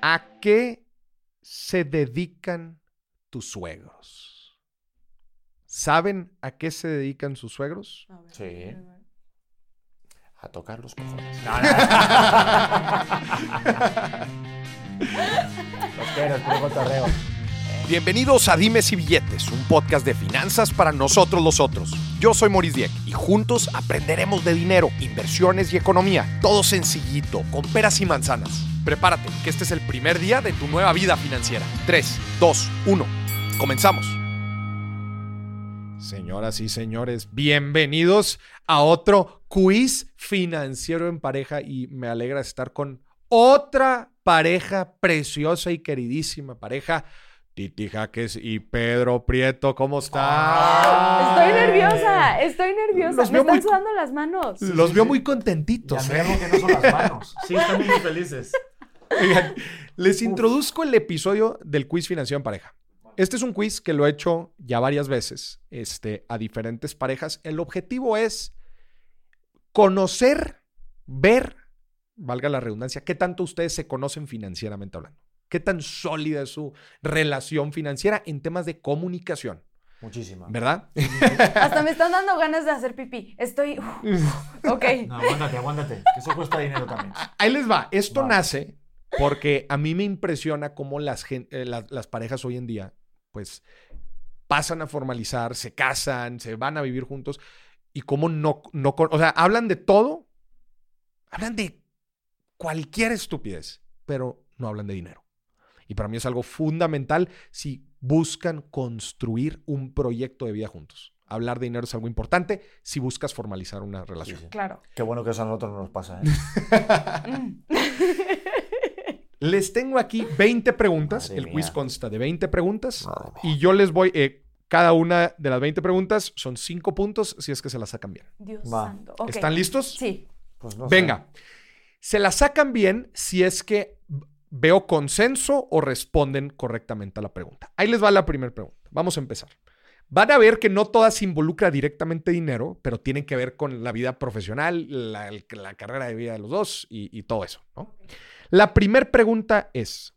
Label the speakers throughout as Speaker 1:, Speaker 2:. Speaker 1: ¿A qué se dedican tus suegros? ¿Saben a qué se dedican sus suegros?
Speaker 2: A ver,
Speaker 3: Sí.
Speaker 2: a ver.
Speaker 3: A tocar los cojones. los quiero, es puro cotorreo.
Speaker 1: Bienvenidos a Dimes y Billetes, un podcast de finanzas para nosotros los otros. Yo soy Maurice Dieck y juntos aprenderemos de dinero, inversiones y economía. Todo sencillito, con peras y manzanas. Prepárate, que este es el primer día de tu nueva vida financiera. 3, 2, 1. Comenzamos. Señoras y señores, bienvenidos a otro quiz financiero en pareja y me alegra estar con otra pareja preciosa y queridísima pareja, Titi Jaques y Pedro Prieto. ¿Cómo están?
Speaker 2: Estoy nerviosa, estoy nerviosa.
Speaker 1: Los
Speaker 2: Me
Speaker 1: veo
Speaker 2: están
Speaker 1: muy-
Speaker 2: sudando las manos.
Speaker 1: Los veo muy
Speaker 3: Ya
Speaker 1: contentitos. ¿eh?
Speaker 3: vemos que no son las manos.
Speaker 4: Sí, estamos muy felices.
Speaker 1: Oigan, les introduzco el episodio del quiz financiero en pareja. Este es un quiz que lo he hecho ya varias veces este, a diferentes parejas. El objetivo es conocer, ver, valga la redundancia, qué tanto ustedes se conocen financieramente hablando. Qué tan sólida es su relación financiera en temas de comunicación,
Speaker 3: Muchísima.
Speaker 1: ¿verdad?
Speaker 2: Hasta me están dando ganas de hacer pipí. Estoy. ok.
Speaker 3: No, aguántate, aguántate. Que eso cuesta dinero también.
Speaker 1: Ahí les va. Esto
Speaker 3: Va.
Speaker 1: nace porque a mí me impresiona cómo las, gen- eh, la- las parejas hoy en día, pues, pasan a formalizar, se casan, se van a vivir juntos y cómo no, no, con- o sea, hablan de todo, hablan de cualquier estupidez, pero no hablan de dinero. Y para mí es algo fundamental si buscan construir un proyecto de vida juntos. Hablar de dinero es algo importante si buscas formalizar una
Speaker 3: Sí,
Speaker 1: relación.
Speaker 3: sí.
Speaker 2: Claro.
Speaker 3: Qué bueno que eso a nosotros no nos pasa, ¿eh?
Speaker 2: Mm.
Speaker 1: Les tengo aquí 20 preguntas.
Speaker 3: Madre
Speaker 1: el quiz
Speaker 3: mía.
Speaker 1: consta de 20 preguntas.
Speaker 3: Madre mía.
Speaker 1: Y yo les voy, eh, cada una de las 20 preguntas son 5 puntos si es que se las sacan bien.
Speaker 2: Dios
Speaker 3: Va.
Speaker 2: santo. Ok.
Speaker 1: ¿Están listos?
Speaker 2: Sí.
Speaker 3: Pues no sé.
Speaker 1: Venga. Se las sacan bien si es que v- veo consenso o responden correctamente a la pregunta. Ahí les va la primera pregunta. Vamos a empezar. Van a ver que no todas involucra directamente dinero, pero tienen que ver con la vida profesional, la, la carrera de vida de los dos y, y todo eso, ¿no? La primera pregunta es,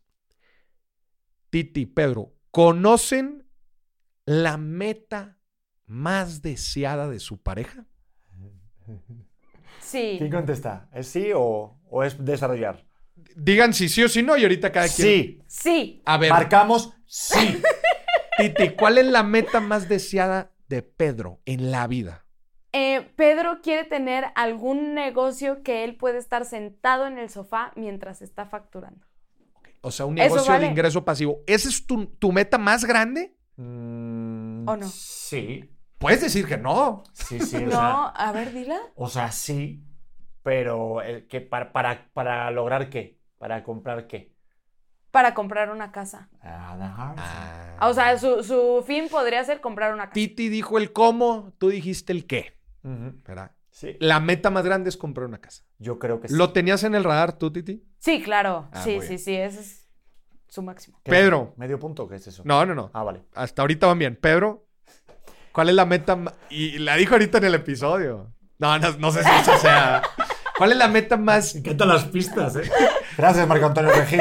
Speaker 1: Titi, Pedro, ¿conocen la meta más deseada de su pareja?
Speaker 2: Sí.
Speaker 3: ¿Quién contesta? ¿Es sí o, o es desarrollar?
Speaker 1: Digan si sí o si no y ahorita cada quien...
Speaker 3: Sí.
Speaker 2: Sí.
Speaker 1: A ver,
Speaker 3: Marcamos sí.
Speaker 1: Titi, ¿cuál es la meta más deseada de Pedro en la vida?
Speaker 2: Eh, Pedro quiere tener algún negocio que él puede estar sentado en el sofá mientras está facturando.
Speaker 1: O sea, un
Speaker 2: Eso
Speaker 1: negocio
Speaker 2: vale.
Speaker 1: de ingreso pasivo. ¿Esa es tu, tu meta más grande?
Speaker 3: Mm,
Speaker 2: ¿O no?
Speaker 3: Sí.
Speaker 1: Puedes decir que no.
Speaker 3: Sí, sí. o sea,
Speaker 2: No, a ver, dila.
Speaker 3: O sea, sí, pero el que para, para, para lograr qué? ¿Para comprar qué?
Speaker 2: Para comprar una casa.
Speaker 3: Ah,
Speaker 2: Ah, O sea, su, su fin podría ser comprar una casa.
Speaker 1: Titi dijo el cómo, tú dijiste el qué,
Speaker 3: Ujú,
Speaker 1: ¿verdad?
Speaker 3: Sí,
Speaker 1: La meta más grande es comprar una casa.
Speaker 3: yo creo
Speaker 2: Pues
Speaker 3: que sí.
Speaker 1: ¿Lo tenías en el radar tú, Titi?
Speaker 2: Sí, claro.
Speaker 1: Ah,
Speaker 2: sí,
Speaker 1: muy
Speaker 2: sí,
Speaker 1: bien.
Speaker 2: sí. Ese es su máximo.
Speaker 3: ¿Qué?
Speaker 1: Pedro.
Speaker 3: ¿Medio punto? ¿Qué es eso?
Speaker 1: No, no, no.
Speaker 3: Ah, vale.
Speaker 1: Hasta ahorita van bien. Pedro, ¿cuál es la meta? ma- Y la dijo ahorita en el episodio. No, no, no sé si eso sea. ¿Cuál es la meta más
Speaker 4: ¿Qué tal las pistas, eh?
Speaker 3: Gracias, Marco Antonio Regil.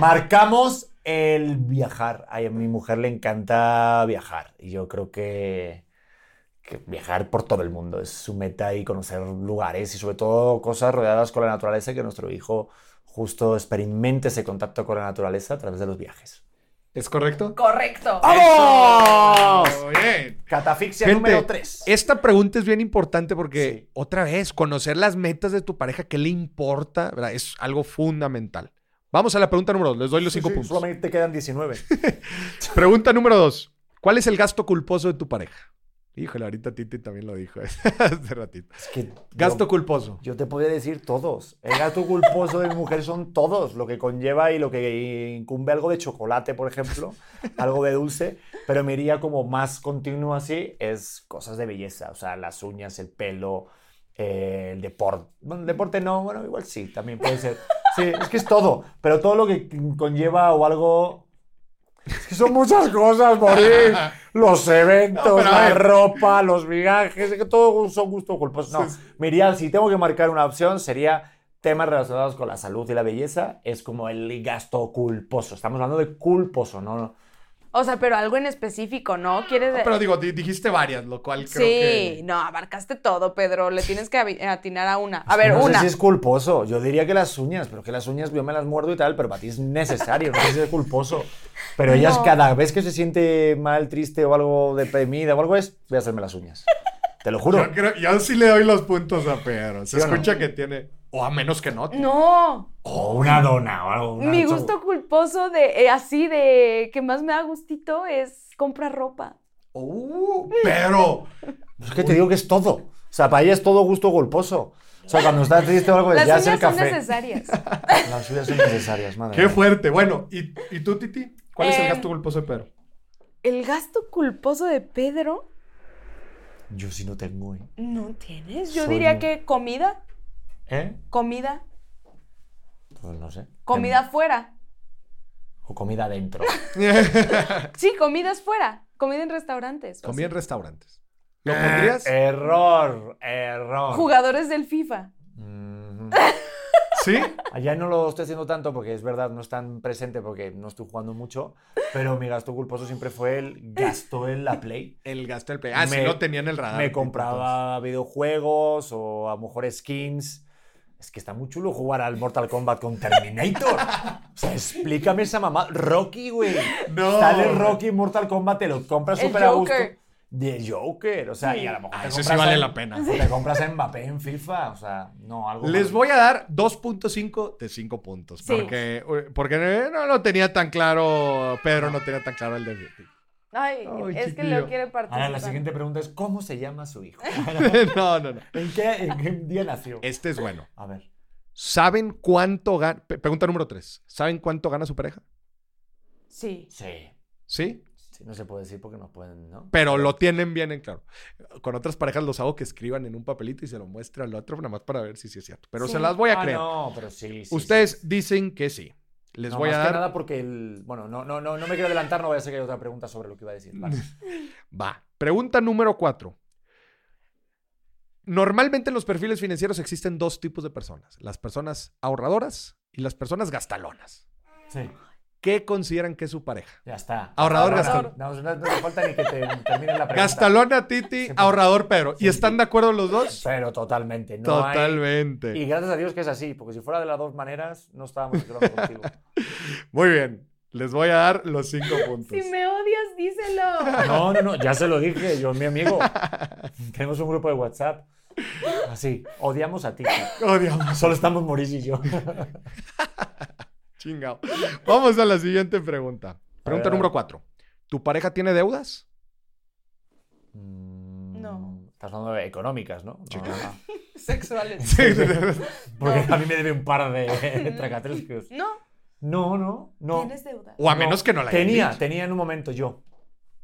Speaker 3: Marcamos el viajar. Ay, a mi mujer le encanta viajar. Y yo creo que, que viajar por todo el mundo es su meta y conocer lugares y sobre todo cosas rodeadas con la naturaleza y que nuestro hijo justo experimente ese contacto con la naturaleza a través de los viajes.
Speaker 1: es correcto?
Speaker 2: Correcto.
Speaker 3: ¡Vamos!
Speaker 1: Muy bien.
Speaker 3: Catafixia
Speaker 1: Gente,
Speaker 3: número 3.
Speaker 1: Esta pregunta es bien importante porque,
Speaker 3: Sí.
Speaker 1: otra vez, conocer las metas de tu pareja, qué le importa, ¿verdad? es algo fundamental. Vamos a la pregunta número dos. Les doy los cinco puntos.
Speaker 3: Solamente te quedan 19.
Speaker 1: Pregunta número dos. ¿Cuál es el gasto culposo de tu pareja? Híjole, ahorita Titi también lo dijo hace ratito.
Speaker 3: Es que
Speaker 1: Gasto
Speaker 3: yo-
Speaker 1: culposo.
Speaker 3: Yo te podría decir todos. El gasto culposo de mi mujer son todos, lo que conlleva y lo que incumbe algo de chocolate, por ejemplo, algo de dulce, pero me iría como más continuo así, es cosas de belleza, o sea, las uñas, el pelo, eh, el deporte. Bueno, el deporte no, bueno, igual sí, también puede ser. Sí, es que es todo, pero todo lo que conlleva o algo... Es que son muchas cosas, morir. Los eventos,
Speaker 1: No, pero a
Speaker 3: la
Speaker 1: ver.
Speaker 3: ropa, los viajes, es que todo son gusto culposos. No, me iría, si tengo que marcar una opción, sería temas relacionados con la salud y la belleza es como el gasto culposo. Estamos hablando de culposo, ¿no?
Speaker 2: O sea, pero algo en específico,
Speaker 3: Ah,
Speaker 2: ¿no? ¿Quieres.?
Speaker 1: Pero digo, di- dijiste varias, lo cual
Speaker 2: sí,
Speaker 1: creo que.
Speaker 2: no, abarcaste todo, Pedro. Le tienes que avi- atinar a una. A ver,
Speaker 3: no
Speaker 2: una.
Speaker 3: sé si es culposo. Yo diría que las uñas, pero que las uñas yo me las muerdo y tal, pero para ti es necesario, no sé si es culposo. Pero ellas
Speaker 2: No.
Speaker 3: cada vez que se siente mal, triste o algo deprimida o algo es, voy a hacerme las uñas. Te lo juro.
Speaker 1: Yo, creo- yo sí le doy los puntos a Pedro. Se
Speaker 3: ¿Sí o no?
Speaker 1: escucha que tiene. O a menos que no.
Speaker 2: No,
Speaker 4: O una dona o algo. una
Speaker 2: mi
Speaker 4: cho-
Speaker 2: gusto culposo de eh, así de que más me da gustito es comprar ropa.
Speaker 1: Uh, Pedro.
Speaker 3: Es que te digo que es todo. O sea, para ella es todo gusto culposo. O sea, cuando estás triste o algo es,
Speaker 2: Las
Speaker 3: Pues ya
Speaker 2: uñas
Speaker 3: es el
Speaker 2: son
Speaker 3: café.
Speaker 2: necesarias.
Speaker 3: Las uñas son necesarias, madre.
Speaker 1: Qué
Speaker 3: mía.
Speaker 1: fuerte. Bueno, ¿y, y tú, Titi? ¿Cuál es el
Speaker 2: Eh,
Speaker 1: gasto culposo de Pedro?
Speaker 2: El gasto culposo de Pedro
Speaker 3: Yo sí no tengo, ¿eh?
Speaker 2: no tienes. Yo
Speaker 3: Soy
Speaker 2: diría
Speaker 3: muy-
Speaker 2: que comida,
Speaker 3: ¿Eh?
Speaker 2: comida,
Speaker 3: Pues no sé. Em,
Speaker 2: comida fuera.
Speaker 3: O comida dentro.
Speaker 2: Sí, comidas fuera. Comida en restaurantes. o
Speaker 1: Comí en
Speaker 2: sea.
Speaker 1: restaurantes. Ah, eh, ¿Lo pondrías?
Speaker 3: Error, error.
Speaker 2: Jugadores del FIFA.
Speaker 3: Mhm.
Speaker 1: Sí.
Speaker 3: Allá no lo estoy haciendo tanto porque es verdad, no es tan presente porque no estoy jugando mucho, pero mi gasto culposo siempre fue el gasto en la Play.
Speaker 1: El gasto del Play. Ah,
Speaker 3: Me-
Speaker 1: sí, lo tenía en el radar.
Speaker 3: Me
Speaker 1: Titi,
Speaker 3: compraba videojuegos o a lo mejor skins. Es que está muy chulo jugar al Mortal Kombat con Terminator. O sea, explícame esa mamá. Rocky, güey.
Speaker 1: No.
Speaker 3: Sale Rocky en Mortal Kombat, te lo compras
Speaker 2: El
Speaker 3: súper a gusto.
Speaker 2: Joker.
Speaker 3: De Joker, o sea, y a lo mejor
Speaker 1: Ah,
Speaker 3: te
Speaker 1: ese sí
Speaker 3: compras
Speaker 1: vale
Speaker 3: a-
Speaker 1: la pena.
Speaker 3: Te compras a Mbappé en FIFA, o sea, no, algo
Speaker 1: Les
Speaker 3: más.
Speaker 1: voy a dar 2.5 de 5 puntos.
Speaker 2: Sí.
Speaker 1: Porque, porque eh, no lo tenía tan claro, Pedro no tenía tan claro el de...
Speaker 2: Ay,
Speaker 1: Ay,
Speaker 2: es que
Speaker 1: chiquillo.
Speaker 2: lo quiere partir.
Speaker 3: Ahora Ah, la siguiente pregunta es ¿cómo se llama su hijo?
Speaker 1: No, no, no.
Speaker 3: ¿En qué, en qué día nació?
Speaker 1: Este es bueno.
Speaker 3: A ver.
Speaker 1: ¿Saben cuánto gana... Pregunta número 3. ¿Saben cuánto gana su pareja?
Speaker 2: Sí.
Speaker 3: Sí.
Speaker 1: Sí.
Speaker 3: sí, No se puede decir porque no pueden, ¿no?
Speaker 1: Pero lo tienen bien en claro. Con otras parejas los hago que escriban en un papelito y se lo muestra al otro, nada más para ver si sí es cierto. Pero
Speaker 2: Sí.
Speaker 1: se las voy a
Speaker 3: Ah,
Speaker 1: creer.
Speaker 3: No, pero sí. sí,
Speaker 1: Ustedes
Speaker 3: sí.
Speaker 1: dicen que sí. Les
Speaker 3: No,
Speaker 1: voy a
Speaker 3: más
Speaker 1: dar...
Speaker 3: que nada porque el. Bueno, no, no, no, no me quiero adelantar, no voy a hacer que haya otra pregunta sobre lo que iba a
Speaker 1: Mm.
Speaker 3: decir. Vale.
Speaker 1: Va. Pregunta número cuatro. Normalmente en los perfiles financieros existen dos tipos de personas: las personas ahorradoras y las personas gastalonas.
Speaker 3: Sí,
Speaker 1: ¿Qué consideran que es su pareja?
Speaker 3: ya está.
Speaker 1: Ahorrador,
Speaker 3: Ahorrador. No, no, no te falta ni que te termine la pregunta.
Speaker 1: Gastalona, Titi,
Speaker 3: Sí, pues.
Speaker 1: ahorrador, Pedro. ¿Y
Speaker 3: Sí.
Speaker 1: están de acuerdo los dos?
Speaker 3: Pero totalmente. No Hay...
Speaker 1: Totalmente.
Speaker 3: Y gracias a Dios que es así, porque si fuera de las dos maneras, no estábamos hablando contigo.
Speaker 1: Muy bien. Les voy a dar los cinco puntos.
Speaker 2: Si me odias, díselo.
Speaker 3: No, no, no, ya se lo dije, yo, mi amigo. Tenemos un grupo de WhatsApp. Así, odiamos a ti.
Speaker 1: Odiamos.
Speaker 3: Solo estamos Mauricio y yo.
Speaker 1: Chingao. Vamos a la siguiente pregunta. Pregunta
Speaker 3: a ver.
Speaker 1: número cuatro. ¿Tu pareja tiene deudas?
Speaker 3: No. Mm, Estás hablando de económicas, ¿no? No, no, no.
Speaker 2: Sexuales.
Speaker 1: Sí.
Speaker 3: Porque a mí me debe un par de tracatrescos.
Speaker 2: No,
Speaker 3: No, no, no.
Speaker 2: tienes deuda.
Speaker 1: o a menos que no la hayan
Speaker 3: Tenía,
Speaker 1: dicho.
Speaker 3: tenía en un momento yo.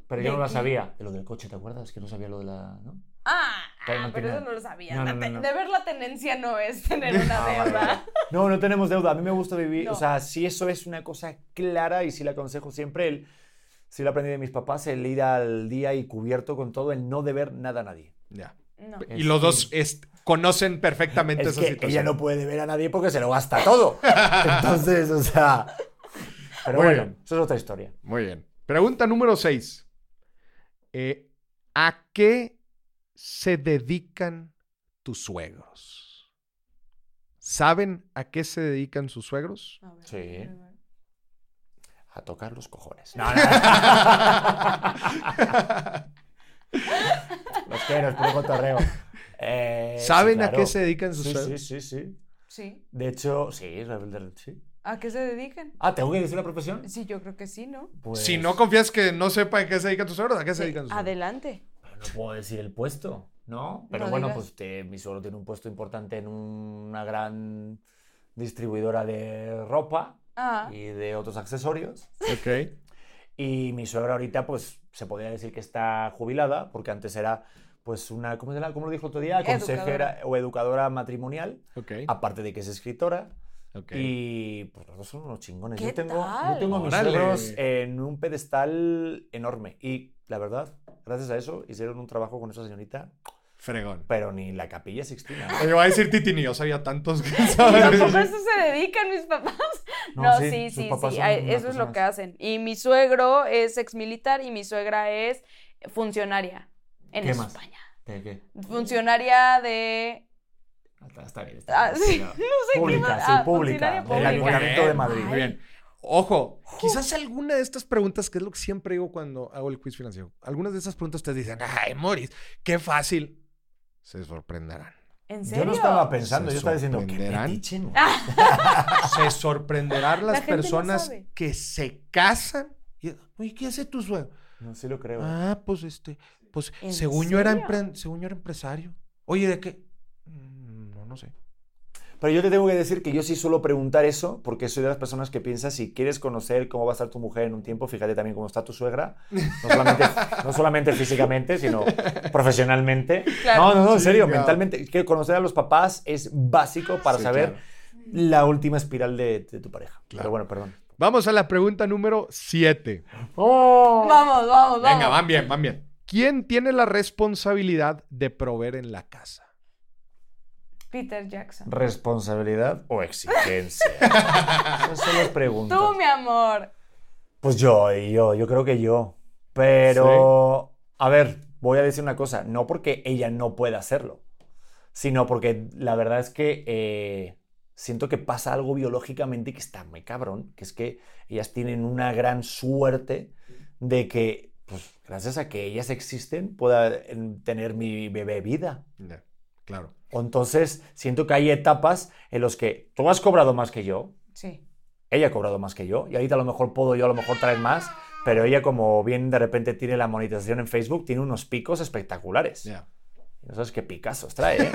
Speaker 3: Pero yo
Speaker 2: ¿De
Speaker 3: no la
Speaker 2: qué?
Speaker 3: sabía. De lo del coche, ¿te acuerdas? Que no sabía lo de la. ¿no?
Speaker 2: Ah,
Speaker 3: Pero no
Speaker 2: pero
Speaker 3: tenía-
Speaker 2: eso no lo sabía.
Speaker 3: No,
Speaker 2: La
Speaker 3: no,
Speaker 2: te-
Speaker 3: no, no.
Speaker 2: De ver la tenencia no es tener una
Speaker 3: Ah, vale,
Speaker 2: deuda.
Speaker 3: vale. No, no tenemos deuda. A mí me gusta vivir.
Speaker 2: No.
Speaker 3: O sea, si eso es una cosa clara y si la aconsejo siempre, el, si lo aprendí de mis papás, el ir al día y cubierto con todo, el no deber nada a nadie.
Speaker 1: Ya.
Speaker 2: No.
Speaker 1: Y los dos est- conocen perfectamente
Speaker 3: Es
Speaker 1: esa
Speaker 3: que
Speaker 1: situación.
Speaker 3: ella no puede ver a nadie porque se lo gasta todo. Entonces, o sea. Pero
Speaker 1: Muy
Speaker 3: bueno,
Speaker 1: bien.
Speaker 3: eso es otra historia.
Speaker 1: Muy bien. Pregunta número 6. ¿A qué se dedican tus suegros? ¿Saben a qué se dedican sus suegros?
Speaker 2: A ver,
Speaker 3: Sí.
Speaker 2: a ver, a ver.
Speaker 3: A tocar los cojones. los quiero, es puro cotorreo. Eh, sí,
Speaker 1: ¿Saben a
Speaker 3: claro.
Speaker 1: qué se dedican sus
Speaker 3: Sí, sí,
Speaker 1: suegros?
Speaker 3: sí, sí.
Speaker 2: Sí.
Speaker 3: De hecho, sí, es la verdad, sí.
Speaker 2: ¿A qué se dedican?
Speaker 3: Ah, ¿tengo que decir la profesión?
Speaker 2: Sí, yo creo que sí, ¿no?
Speaker 3: Pues,
Speaker 1: Si no confías que no sepa a qué se dedican tus suegros, ¿a qué se
Speaker 2: Sí,
Speaker 1: dedican sus suegros?
Speaker 2: Adelante.
Speaker 3: Pero no puedo decir el puesto, ¿no? Pero
Speaker 2: No
Speaker 3: bueno,
Speaker 2: digas.
Speaker 3: pues te- mi suegro tiene un puesto importante en una gran distribuidora de ropa
Speaker 2: Ah,
Speaker 3: y de otros accesorios.
Speaker 1: Ok.
Speaker 3: Y mi suegra ahorita, pues, se podría decir que está jubilada, porque antes era, pues, una, ¿cómo, se la- cómo lo dijo el otro día? Consejera o educadora matrimonial,
Speaker 1: Ok.
Speaker 3: aparte de que es escritora.
Speaker 1: ok.
Speaker 3: Y pues los dos son unos chingones.
Speaker 2: ¿Qué
Speaker 3: Yo tengo,
Speaker 2: tal?
Speaker 3: yo tengo a mis
Speaker 1: Órale.
Speaker 3: suegros en un pedestal enorme. Y la verdad, gracias a eso, hicieron un trabajo con esa señorita
Speaker 1: Fregón.
Speaker 3: pero ni la capilla Sixtina. ¿no?
Speaker 1: Yo voy a decir Titini, yo sabía tantos que
Speaker 2: Tampoco a
Speaker 1: sabes.
Speaker 2: eso se dedican mis papás. No,
Speaker 3: No, sí,
Speaker 2: sí,
Speaker 3: sus
Speaker 2: sí,
Speaker 3: papás
Speaker 2: sí.
Speaker 3: son
Speaker 2: ay,
Speaker 3: una
Speaker 2: Eso es
Speaker 3: cosa
Speaker 2: lo
Speaker 3: más.
Speaker 2: que hacen. Y mi suegro es exmilitar y mi suegra es funcionaria en
Speaker 3: ¿Qué más?
Speaker 2: España.
Speaker 3: ¿Qué, qué?
Speaker 2: Funcionaria de.
Speaker 4: Ah, Está, está bien. Está
Speaker 2: ah,
Speaker 4: bien,
Speaker 2: sí,
Speaker 4: pero-
Speaker 2: no sé qué
Speaker 3: Pública,
Speaker 2: más.
Speaker 3: sí,
Speaker 2: ah,
Speaker 3: pública.
Speaker 2: funcionaria
Speaker 3: Del
Speaker 1: Muy
Speaker 2: pública.
Speaker 3: Ayuntamiento de Madrid.
Speaker 1: Muy bien. Ojo, quizás alguna de estas preguntas, que es lo que siempre digo cuando hago el quiz financiero, algunas de esas preguntas ustedes dicen, ay, Moris, qué fácil. Se sorprenderán.
Speaker 2: ¿En serio? Ah.
Speaker 3: Yo no estaba pensando,
Speaker 1: Se
Speaker 3: yo estaba diciendo que
Speaker 1: sorprenderán. Se sorprenderán
Speaker 2: La
Speaker 1: las
Speaker 2: gente no
Speaker 1: personas
Speaker 2: sabe.
Speaker 1: que se casan. Y, Oye, ¿qué hace tu suegro?
Speaker 3: No, sí lo creo.
Speaker 1: Ah, pues este, pues
Speaker 2: ¿En
Speaker 1: según yo era
Speaker 2: serio?
Speaker 1: empren- según yo era empresario. Oye, ¿de qué? Mm, No, no sé.
Speaker 3: Pero yo te tengo que decir que yo sí suelo preguntar eso porque soy de las personas que piensa si quieres conocer cómo va a estar tu mujer en un tiempo, fíjate también cómo está tu suegra, no solamente, no solamente físicamente, sino profesionalmente.
Speaker 2: Claro.
Speaker 3: No, no, no, en serio,
Speaker 1: Sí, claro.
Speaker 3: mentalmente, que conocer a los papás es básico para
Speaker 1: Sí,
Speaker 3: saber
Speaker 1: claro.
Speaker 3: la última espiral de, de tu pareja.
Speaker 1: Claro.
Speaker 3: Pero bueno, perdón.
Speaker 1: Vamos a la pregunta número 7. Oh.
Speaker 2: Vamos, vamos, vamos.
Speaker 1: Venga, van bien, van bien. ¿Quién tiene la responsabilidad de proveer en la casa?
Speaker 2: Peter Jackson.
Speaker 3: ¿Responsabilidad o exigencia? Esas son las preguntas.
Speaker 2: Tú, mi amor.
Speaker 3: Pues yo, yo, yo creo que yo. Pero, a ver, voy a decir una cosa, no porque ella no pueda hacerlo, sino porque la verdad es que eh, siento que pasa algo biológicamente que está muy cabrón, que es que ellas tienen una gran suerte de que, pues, gracias a que ellas existen, pueda eh, tener mi bebé vida.
Speaker 1: Ya, claro.
Speaker 3: Entonces, siento que hay etapas en las que tú has cobrado más que yo,
Speaker 2: Sí.
Speaker 3: ella ha cobrado más que yo y ahorita a lo mejor puedo yo a lo mejor traer más, pero ella como bien de repente tiene la monetización en Facebook, tiene unos picos espectaculares.
Speaker 1: ya.
Speaker 3: No sabes qué picazos trae, ¿eh?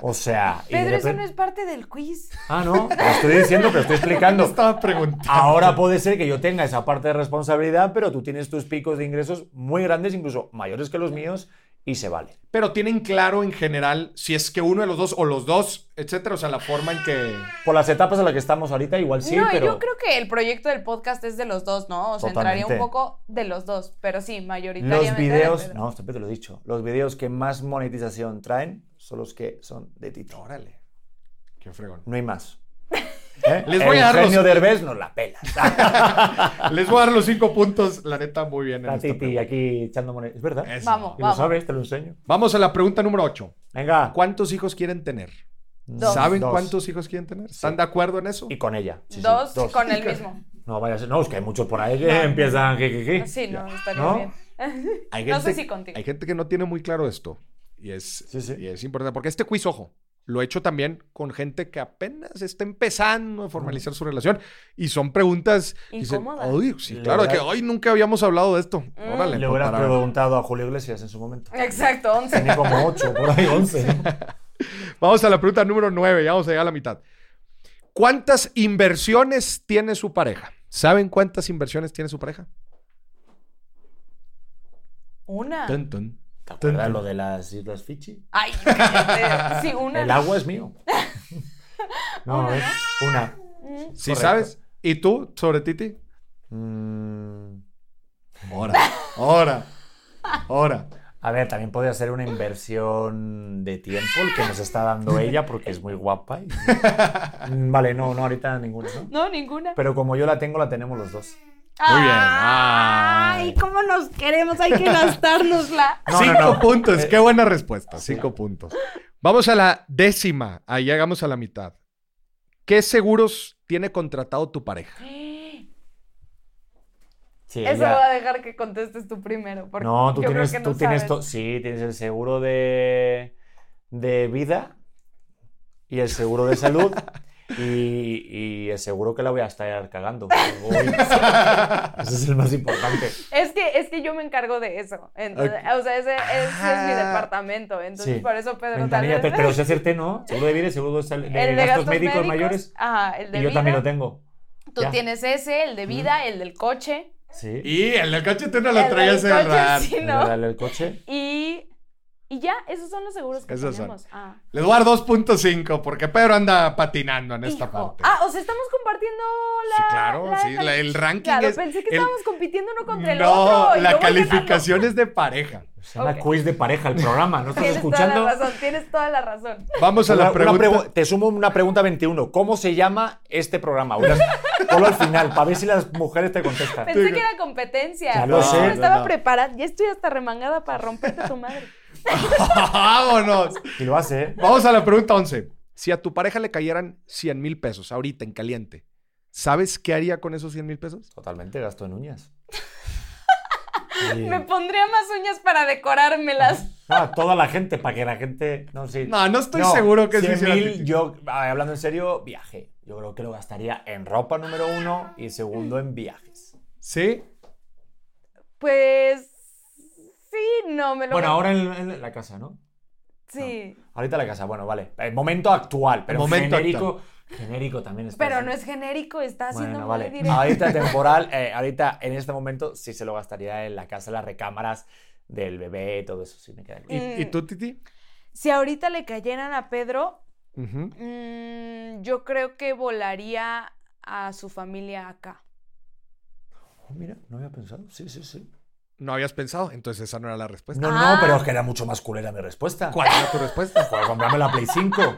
Speaker 3: O sea, y de
Speaker 2: Pedro, eso
Speaker 3: repente-
Speaker 2: no es parte del quiz.
Speaker 3: Ah, no, lo estoy diciendo, pero estoy explicando.
Speaker 1: Estaba preguntando.
Speaker 3: Ahora puede ser que yo tenga esa parte de responsabilidad, pero tú tienes tus picos de ingresos muy grandes, incluso mayores que los míos, y se vale.
Speaker 1: Pero tienen claro en general si es que uno de los dos o los dos, etcétera. O sea, la forma en que.
Speaker 3: Por las etapas en las que estamos ahorita, igual sí,
Speaker 2: no,
Speaker 3: pero...
Speaker 2: yo creo que el proyecto del podcast es de los dos, ¿no? O sea, entraría un
Speaker 3: Totalmente.
Speaker 2: poco de los dos, pero sí, mayoritariamente.
Speaker 3: Los
Speaker 2: de
Speaker 3: videos,
Speaker 2: Pedro.
Speaker 3: no, siempre te lo he dicho, los videos que más monetización traen son los que son de Tito.
Speaker 1: Órale. Qué fregón.
Speaker 3: No hay más. ¿Eh?
Speaker 1: Les voy a dar
Speaker 3: Eugenio
Speaker 1: los-
Speaker 3: Derbez nos la pela.
Speaker 1: Les voy a dar los cinco puntos, la neta, muy bien. en
Speaker 3: Está
Speaker 1: esta
Speaker 3: Titi
Speaker 1: pregunta.
Speaker 3: aquí echando monedas. Es verdad.
Speaker 1: Eso.
Speaker 2: Vamos,
Speaker 3: Y lo
Speaker 2: vamos.
Speaker 3: sabes, te lo enseño.
Speaker 1: Vamos a la pregunta número 8.
Speaker 3: Venga.
Speaker 1: ¿Cuántos hijos quieren tener?
Speaker 2: Dos.
Speaker 1: ¿Saben
Speaker 3: Dos.
Speaker 1: cuántos hijos quieren tener? ¿Están de acuerdo en eso?
Speaker 3: Y con ella. Sí, sí,
Speaker 2: dos, con el mismo.
Speaker 3: No, vaya a ser. No, es que hay muchos por ahí que empiezan. que, que, que.
Speaker 2: Sí, no, estaría
Speaker 3: ¿No?
Speaker 2: bien.
Speaker 1: Hay
Speaker 2: No sé si contigo.
Speaker 1: Hay gente que no tiene muy claro esto. Y es,
Speaker 3: Sí, sí.
Speaker 1: y es importante. Porque este quiz, ojo, lo he hecho también con gente que apenas está empezando a formalizar su relación. Y son preguntas. dicen,
Speaker 2: Incómodas.
Speaker 1: "Ay, sí,
Speaker 3: Le
Speaker 1: claro, de que
Speaker 3: hubieras-
Speaker 1: hoy nunca habíamos hablado de esto. Órale.
Speaker 3: Le
Speaker 1: pues,
Speaker 3: hubieras
Speaker 1: para-
Speaker 3: preguntado a Julio Iglesias en su momento.
Speaker 2: Exacto, once.
Speaker 3: Tenía como ocho, por ahí once.
Speaker 1: Vamos a la pregunta número 9. Ya vamos a llegar a la mitad. ¿Cuántas inversiones tiene su pareja? ¿Saben cuántas inversiones tiene su pareja?
Speaker 2: Una.
Speaker 1: Tun, tun.
Speaker 3: ¿Te acuerdas lo de las Islas Fiji?
Speaker 2: Ay, cállate. sí, una.
Speaker 3: El agua es mío. No, es una.
Speaker 1: Si
Speaker 3: Correcto.
Speaker 1: sabes. ¿Y tú sobre Titi?
Speaker 3: Mm,
Speaker 1: Ahora. Ahora. Ahora.
Speaker 3: A ver, también podría ser una inversión de tiempo el que nos está dando ella porque es muy guapa. y- Mm, Vale, no, no ahorita ninguna, ¿no?
Speaker 2: No, ninguna.
Speaker 3: Pero como yo la tengo, la tenemos los dos.
Speaker 1: Muy bien.
Speaker 2: Ay, cómo nos queremos, hay que gastárnosla.
Speaker 3: No,
Speaker 1: cinco
Speaker 3: no, no.
Speaker 1: puntos, qué buena respuesta. Cinco puntos. Vamos a la décima, ahí llegamos a la mitad. ¿Qué seguros tiene contratado tu pareja?
Speaker 3: Sí,
Speaker 2: Eso
Speaker 3: ella-
Speaker 2: va a dejar que contestes tú primero, porque
Speaker 3: Eh, No, tú
Speaker 2: yo
Speaker 3: tienes,
Speaker 2: creo que
Speaker 3: tú
Speaker 2: no
Speaker 3: tienes
Speaker 2: sabes.
Speaker 3: to- sí, tienes el seguro de, de vida y el seguro de salud y, y el seguro que la voy a estar cagando. Uy, ese es el más importante.
Speaker 2: Es que, es que yo me encargo de eso. Entonces, O sea, ese, ese es mi
Speaker 1: Ah.
Speaker 2: departamento. Entonces,
Speaker 3: Sí.
Speaker 2: por eso Pedro tal
Speaker 3: Ventanilla,
Speaker 2: vez-
Speaker 3: te- pero si hacerte, ¿no? Seguro de vida y seguro de, sal- de
Speaker 2: el de
Speaker 3: gastos, médicos, mayores.
Speaker 2: Ajá, el de
Speaker 3: Y yo
Speaker 2: vida.
Speaker 3: también lo tengo.
Speaker 2: Tú
Speaker 3: ya.
Speaker 2: tienes ese, el de vida, el del coche.
Speaker 3: Sí.
Speaker 1: Y el del cachete no
Speaker 2: el del coche, sí,
Speaker 3: Me
Speaker 2: ¿no?
Speaker 3: regala el coche.
Speaker 2: Y, y Y ya, esos son los seguros que
Speaker 1: Esos son.
Speaker 2: tenemos. Ah.
Speaker 1: Les voy a dar 2.5 porque Pedro anda patinando en esta
Speaker 2: Hijo.
Speaker 1: parte.
Speaker 2: Ah, o sea, estamos compartiendo la.
Speaker 1: Sí, claro, sí, la- el ranking
Speaker 2: Claro,
Speaker 1: es-
Speaker 2: pensé que
Speaker 1: el-
Speaker 2: estábamos compitiendo uno contra el
Speaker 1: no,
Speaker 2: otro. y yo
Speaker 1: la
Speaker 2: voy ganando.
Speaker 1: calificación es de pareja.
Speaker 3: Se llama quiz de pareja el programa. ¿No estás
Speaker 2: Tienes
Speaker 3: escuchando?
Speaker 2: toda la razón, tienes toda la razón.
Speaker 1: Vamos a
Speaker 3: Una-
Speaker 1: la
Speaker 3: una
Speaker 1: pregunta.
Speaker 3: pregu- te sumo una pregunta 21. ¿Cómo se llama este programa? Unas- Ponlo al final, para ver si las mujeres te contestan.
Speaker 2: Pensé que era competencia.
Speaker 3: Ya
Speaker 2: pero
Speaker 3: lo sé,
Speaker 2: no
Speaker 3: no,
Speaker 2: estaba
Speaker 1: no.
Speaker 2: preparada. Ya estoy hasta remangada para romperte tu madre.
Speaker 1: Vámonos.
Speaker 3: Y lo hace, ¿eh?
Speaker 1: Vamos a la pregunta 11. Si a tu pareja le cayeran 100 mil pesos ahorita en caliente, ¿sabes qué haría con esos 100 mil pesos?
Speaker 3: Totalmente gasto en uñas.
Speaker 2: Me pondría más uñas para decorármelas.
Speaker 3: a toda la gente, para que la gente. No, sí.
Speaker 1: No, no estoy seguro que sí
Speaker 3: 100
Speaker 1: hicieran
Speaker 3: mil,
Speaker 1: pipí.
Speaker 3: yo, a ver, hablando en serio, viaje. Yo creo que lo gastaría en ropa número uno y segundo en viajes.
Speaker 1: ¿Sí?
Speaker 2: Pues. Sí, no, me lo.
Speaker 4: Bueno,
Speaker 2: voy-
Speaker 4: ahora en, en la casa, ¿no?
Speaker 2: Sí.
Speaker 3: Ahorita la casa, bueno, vale. El momento actual, pero
Speaker 1: Momento
Speaker 3: genérico. Genérico también es.
Speaker 2: Pero no es genérico, está haciendo
Speaker 3: Bueno,
Speaker 2: muy
Speaker 3: vale.
Speaker 2: directo.
Speaker 3: Ahorita temporal, eh, ahorita en este momento sí se lo gastaría en la casa, las recámaras del bebé, todo eso sí me queda claro.
Speaker 1: ¿Y,
Speaker 2: Mm.
Speaker 1: y tú, Titi?
Speaker 2: Si ahorita le cayeran a Pedro,
Speaker 1: Ujú.
Speaker 2: mm, yo creo que volaría a su familia acá.
Speaker 3: Oh, mira, no había pensado. Sí, sí, sí.
Speaker 1: No habías pensado, entonces esa no era la respuesta.
Speaker 3: No,
Speaker 2: Ah.
Speaker 3: no, pero es que era mucho más culera mi respuesta.
Speaker 1: Pues, ¿Cuál era tu respuesta?
Speaker 3: Joder, comprarme la Play 5.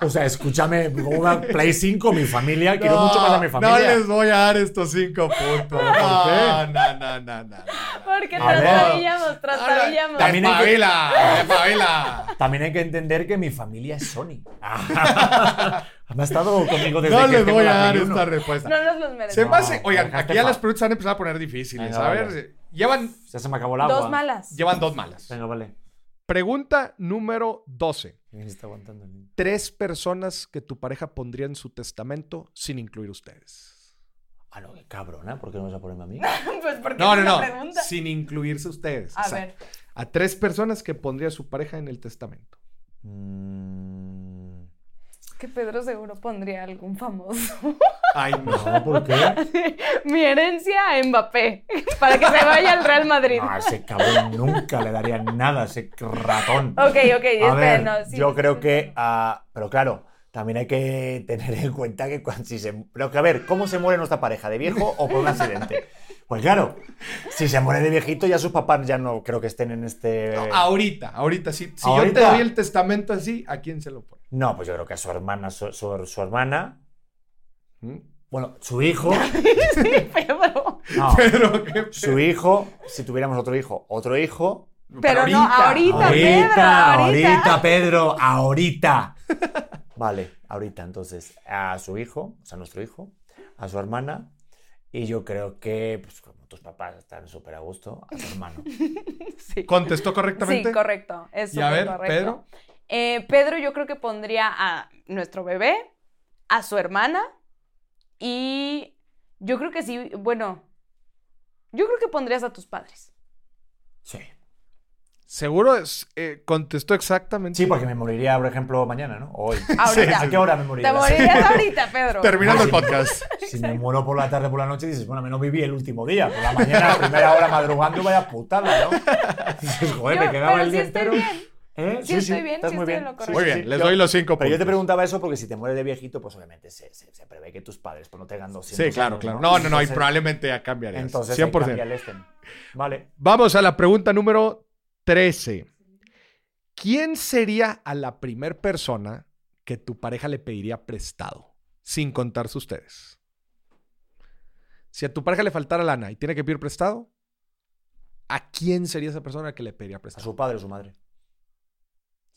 Speaker 3: O sea, escúchame, como una Play 5, mi familia, quiero mucho más a mi
Speaker 1: No
Speaker 3: familia.
Speaker 1: les voy a dar estos cinco puntos. No, no, no, no, no.
Speaker 2: Porque
Speaker 3: A ver.
Speaker 2: trastabillamos, trastabillamos.
Speaker 1: También
Speaker 3: También hay que-
Speaker 1: espabila, espabila.
Speaker 3: También hay que entender que mi familia es Sony. Me ha estado conmigo desde
Speaker 1: No
Speaker 3: que
Speaker 1: les
Speaker 3: tengo
Speaker 1: voy a
Speaker 3: la
Speaker 1: dar
Speaker 3: Play
Speaker 1: esta
Speaker 3: 1.
Speaker 1: respuesta.
Speaker 2: No nos los
Speaker 1: Se
Speaker 2: merecemos.
Speaker 1: me hace-
Speaker 3: No,
Speaker 1: oigan,
Speaker 3: dejaste
Speaker 1: aquí ya
Speaker 3: fa-
Speaker 1: las preguntas han empezado a poner difíciles.
Speaker 3: Venga,
Speaker 1: a ver,
Speaker 3: vale.
Speaker 1: llevan,
Speaker 3: Ya se me acabó el agua.
Speaker 2: Dos malas.
Speaker 1: llevan dos malas.
Speaker 3: Venga, vale.
Speaker 1: Pregunta número 12.
Speaker 3: Me está aguantando el niño.
Speaker 1: Tres personas que tu pareja pondría en su testamento sin incluir ustedes.
Speaker 3: Ah, no, qué cabrona, ¿por qué no vas a ponerme a mí?
Speaker 2: Pues porque
Speaker 1: No,
Speaker 2: es
Speaker 1: no,
Speaker 2: una
Speaker 1: no.
Speaker 2: pregunta.
Speaker 1: Sin incluirse ustedes.
Speaker 2: A
Speaker 1: O sea,
Speaker 2: ver.
Speaker 1: A tres personas que pondría su pareja en el testamento.
Speaker 3: Mm,
Speaker 2: Que Pedro seguro pondría algún famoso.
Speaker 1: Ay,
Speaker 3: No, ¿por qué?
Speaker 2: Mi herencia a Mbappé. Para que se vaya al Real Madrid.
Speaker 3: No, a ese cabrón nunca le daría nada, a ese ratón.
Speaker 2: Ok, ok,
Speaker 3: A
Speaker 2: espera,
Speaker 3: ver,
Speaker 2: no, sí,
Speaker 3: yo
Speaker 2: sí,
Speaker 3: creo
Speaker 2: sí,
Speaker 3: que.
Speaker 2: sí.
Speaker 3: ah, pero claro, también hay que tener en cuenta que cuando, si se. Pero que a ver, ¿cómo se muere nuestra pareja? ¿De viejo o por un accidente? Pues claro, si se muere de viejito, ya sus papás ya no creo que estén en este.
Speaker 1: Ahorita, ahorita. Si, si yo te
Speaker 3: Ahorita.
Speaker 1: doy el testamento así, ¿a quién se lo pone?
Speaker 3: No, pues yo creo que a su hermana, su, su- su hermana.
Speaker 1: ¿Mm?
Speaker 3: Bueno, su hijo.
Speaker 2: Sí, Pedro.
Speaker 3: No,
Speaker 1: Pero qué-
Speaker 3: su hijo, si tuviéramos otro hijo, otro hijo.
Speaker 2: Pero no, ahorita, Pedro, ahorita.
Speaker 3: Pedro, ahorita. Vale, ahorita, entonces, a su hijo, o sea, a nuestro hijo, a su hermana, y yo creo que, pues, como tus papás están súper a gusto, a su hermano.
Speaker 2: Sí.
Speaker 1: ¿Contestó correctamente?
Speaker 2: Sí, correcto. Es
Speaker 1: Y a
Speaker 2: súper
Speaker 1: ver,
Speaker 2: correcto.
Speaker 1: Pedro.
Speaker 2: Eh, Pedro, yo creo que pondría a nuestro bebé, a su hermana y yo creo que sí, bueno, yo creo que pondrías a tus padres.
Speaker 3: Sí.
Speaker 1: Seguro es- eh, contestó exactamente.
Speaker 3: Sí, porque me moriría, por ejemplo, mañana, ¿no? Hoy.
Speaker 2: Ahorita.
Speaker 3: ¿A qué hora me
Speaker 2: Ah, Te
Speaker 3: moriría?
Speaker 2: morirías ahorita, Pedro.
Speaker 1: Terminando el
Speaker 3: Ah, sí.
Speaker 1: podcast.
Speaker 3: Si me muero por la tarde, por la noche, dices, bueno, menos viví el último día. Por la mañana, a primera hora, madrugando, vaya putada, ¿no? Dices, joder,
Speaker 2: Yo-
Speaker 3: me quedaba
Speaker 2: pero
Speaker 3: el
Speaker 2: sí
Speaker 3: día
Speaker 2: estoy
Speaker 3: entero.
Speaker 2: bien.
Speaker 3: ¿Eh?
Speaker 2: Sí estoy bien, sí estoy en lo correcto.
Speaker 1: Muy bien, les
Speaker 3: Yo-
Speaker 1: doy los cinco
Speaker 3: Pero yo te
Speaker 1: puntos.
Speaker 3: preguntaba eso porque si te mueres de viejito, pues obviamente se, se, se prevé que tus padres pues, no tengan 200
Speaker 1: Sí, claro,
Speaker 3: años,
Speaker 1: claro. No, no, no, y
Speaker 3: Entonces-
Speaker 1: probablemente ya cambiaría.
Speaker 3: Entonces, 100%.
Speaker 1: 100%.
Speaker 3: este. Vale.
Speaker 1: Vamos a la pregunta número 13. ¿Quién sería a la primer persona que tu pareja le pediría prestado? Sin contarse ustedes. Si a tu pareja le faltara lana y tiene que pedir prestado, ¿a quién sería esa persona que le pediría
Speaker 3: A
Speaker 1: prestado?
Speaker 3: su padre o su madre.